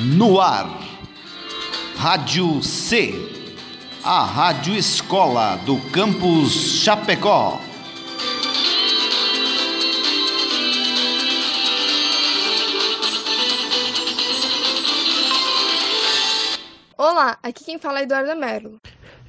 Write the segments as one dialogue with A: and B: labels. A: No ar, Rádio C, a Rádio Escola do Campus Chapecó.
B: Olá, aqui quem fala é Eduardo Merlo.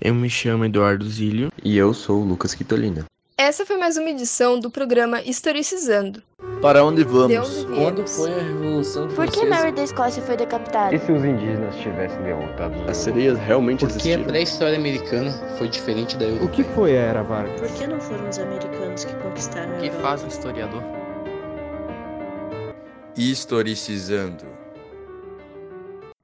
C: Eu me chamo Eduardo Zílio.
D: E eu sou o Lucas Quitolina.
B: Essa foi mais uma edição do programa Historicizando.
E: Para onde vamos?
B: De onde
F: Quando
B: viemos.
F: foi a Revolução
G: Por que
F: Francesa?
G: Mary da Escócia foi decapitada?
H: E se os indígenas tivessem derrotado
D: As sereias realmente
F: Por que a
D: existiram.
F: pré-história americana foi diferente da
I: O
F: europeia?
I: que foi a Era Vargas?
J: Por que não foram os americanos que conquistaram a
C: O que
J: Europa?
C: faz um historiador?
E: Historicizando.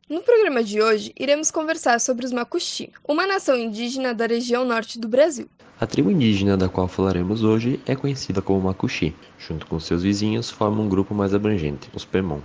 B: No programa de hoje, iremos conversar sobre os Makuxi, uma nação indígena da região norte do Brasil.
D: A tribo indígena da qual falaremos hoje é conhecida como Makuxi. Junto com seus vizinhos, forma um grupo mais abrangente, os Pemon.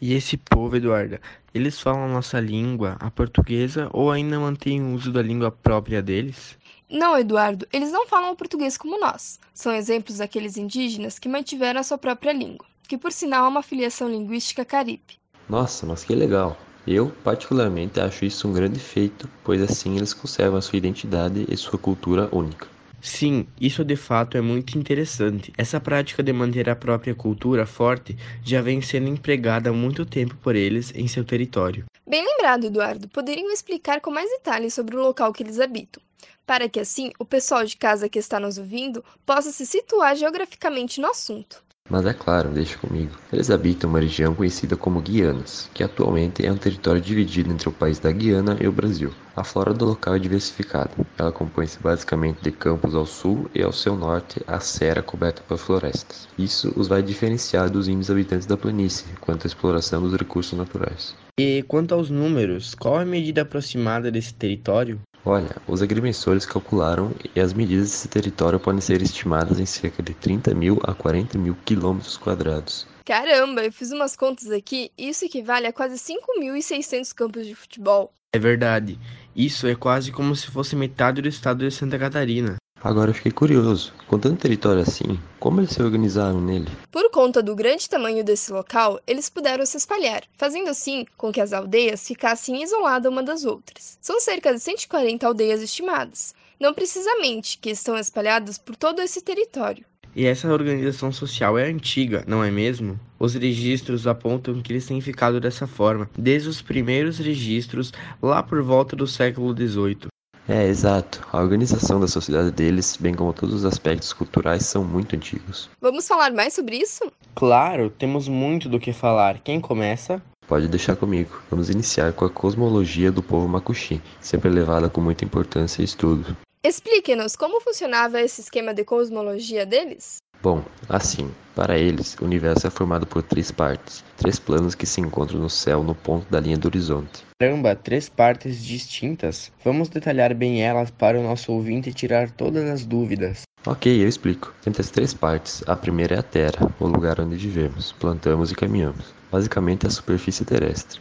C: E esse povo, Eduarda, eles falam a nossa língua, a portuguesa, ou ainda mantêm o uso da língua própria deles?
B: Não, Eduardo, eles não falam o português como nós. São exemplos daqueles indígenas que mantiveram a sua própria língua, que por sinal é uma filiação linguística caribe.
D: Nossa, mas que legal! Eu, particularmente, acho isso um grande feito, pois assim eles conservam a sua identidade e sua cultura única.
C: Sim, isso de fato é muito interessante. Essa prática de manter a própria cultura forte já vem sendo empregada há muito tempo por eles em seu território.
B: Bem lembrado, Eduardo. Poderiam explicar com mais detalhes sobre o local que eles habitam, para que assim o pessoal de casa que está nos ouvindo possa se situar geograficamente no assunto.
D: Mas é claro, deixa comigo. Eles habitam uma região conhecida como Guianas, que atualmente é um território dividido entre o país da Guiana e o Brasil. A flora do local é diversificada. Ela compõe-se basicamente de campos ao sul e ao seu norte a serra coberta por florestas. Isso os vai diferenciar dos índios habitantes da planície quanto à exploração dos recursos naturais.
C: E quanto aos números, qual é a medida aproximada desse território?
D: Olha, os agrimensores calcularam e as medidas desse território podem ser estimadas em cerca de 30 mil a 40 mil quilômetros quadrados.
B: Caramba, eu fiz umas contas aqui e isso equivale a quase 5.600 campos de futebol.
C: É verdade, isso é quase como se fosse metade do estado de Santa Catarina.
D: Agora eu fiquei curioso, com tanto território assim, como eles se organizaram nele?
B: Por conta do grande tamanho desse local, eles puderam se espalhar, fazendo assim com que as aldeias ficassem isoladas uma das outras. São cerca de 140 aldeias estimadas, não precisamente que estão espalhadas por todo esse território.
C: E essa organização social é antiga, não é mesmo? Os registros apontam que eles têm ficado dessa forma, desde os primeiros registros lá por volta do século XVIII.
D: É, exato. A organização da sociedade deles, bem como todos os aspectos culturais, são muito antigos.
B: Vamos falar mais sobre isso?
C: Claro, temos muito do que falar. Quem começa?
D: Pode deixar comigo. Vamos iniciar com a cosmologia do povo Makushi, sempre levada com muita importância e estudo.
B: Explique-nos como funcionava esse esquema de cosmologia deles?
D: Bom, assim, para eles, o universo é formado por três partes, três planos que se encontram no céu no ponto da linha do horizonte.
C: Caramba, três partes distintas. Vamos detalhar bem elas para o nosso ouvinte tirar todas as dúvidas.
D: Ok, eu explico. Entre as três partes, a primeira é a Terra, o lugar onde vivemos, plantamos e caminhamos. Basicamente, é a superfície terrestre.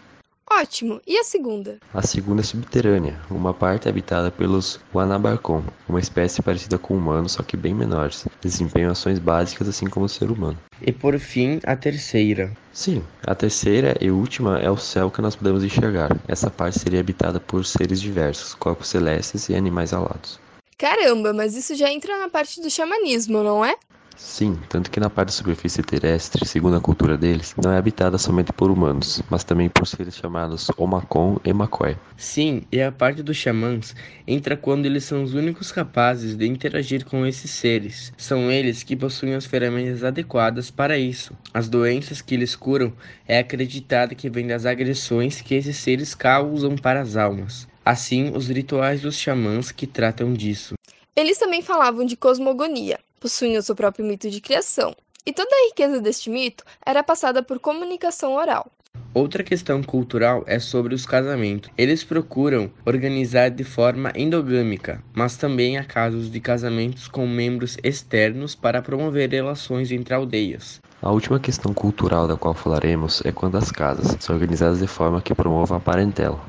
B: Ótimo! E a segunda?
D: A segunda é subterrânea, uma parte habitada pelos Guanabarcon, uma espécie parecida com o humano, só que bem menores. Desempenham ações básicas assim como o ser humano.
C: E por fim, a terceira.
D: Sim, a terceira e última é o céu que nós podemos enxergar. Essa parte seria habitada por seres diversos, corpos celestes e animais alados.
B: Caramba, mas isso já entra na parte do xamanismo, não é?
D: Sim, tanto que na parte da superfície terrestre, segundo a cultura deles, não é habitada somente por humanos, mas também por seres chamados Omacon e Macoé.
C: Sim, e a parte dos xamãs entra quando eles são os únicos capazes de interagir com esses seres. São eles que possuem as ferramentas adequadas para isso. As doenças que eles curam é acreditada que vem das agressões que esses seres causam para as almas. Assim, os rituais dos xamãs que tratam disso.
B: Eles também falavam de cosmogonia, possuíam seu próprio mito de criação, e toda a riqueza deste mito era passada por comunicação oral.
C: Outra questão cultural é sobre os casamentos. Eles procuram organizar de forma endogâmica, mas também há casos de casamentos com membros externos para promover relações entre aldeias.
D: A última questão cultural da qual falaremos é quando as casas são organizadas de forma que promova a parentela.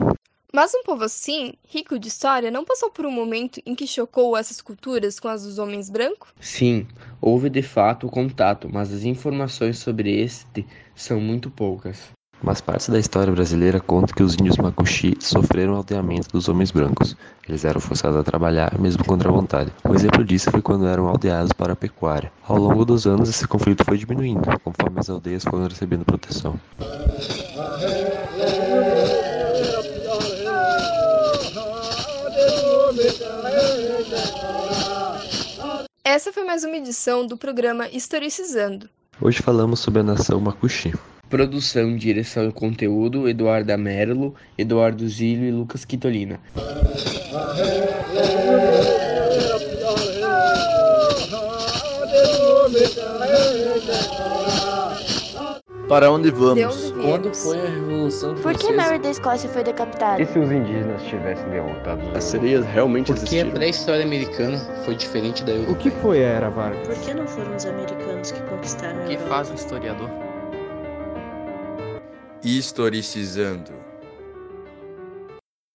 B: Mas um povo assim, rico de história, não passou por um momento em que chocou essas culturas com as dos homens brancos?
C: Sim, houve de fato o contato, mas as informações sobre este são muito poucas.
D: Mas parte da história brasileira conta que os índios Macuxi sofreram aldeamento dos homens brancos. Eles eram forçados a trabalhar, mesmo contra a vontade. Um exemplo disso foi quando eram aldeados para a pecuária. Ao longo dos anos, esse conflito foi diminuindo, conforme as aldeias foram recebendo proteção.
B: Essa foi mais uma edição do programa Historicizando.
D: Hoje falamos sobre a nação Macuxi.
C: Produção, direção e conteúdo, Eduardo Merlo, Eduardo Zilho e Lucas Quitolina.
E: Para onde
B: De
E: vamos?
B: onde
F: Quando
B: viemos?
F: foi a Revolução
J: Por que
F: Francesa?
J: Mary da Escócia foi decapitada?
H: E se os indígenas tivessem derrotado os
G: As sereias realmente
F: Por que a
G: existiram?
F: pré-história americana foi diferente da
I: O
F: europeia?
I: que foi a Era Vargas?
J: Por que não foram os americanos que conquistaram a Europa?
E: Historicizando.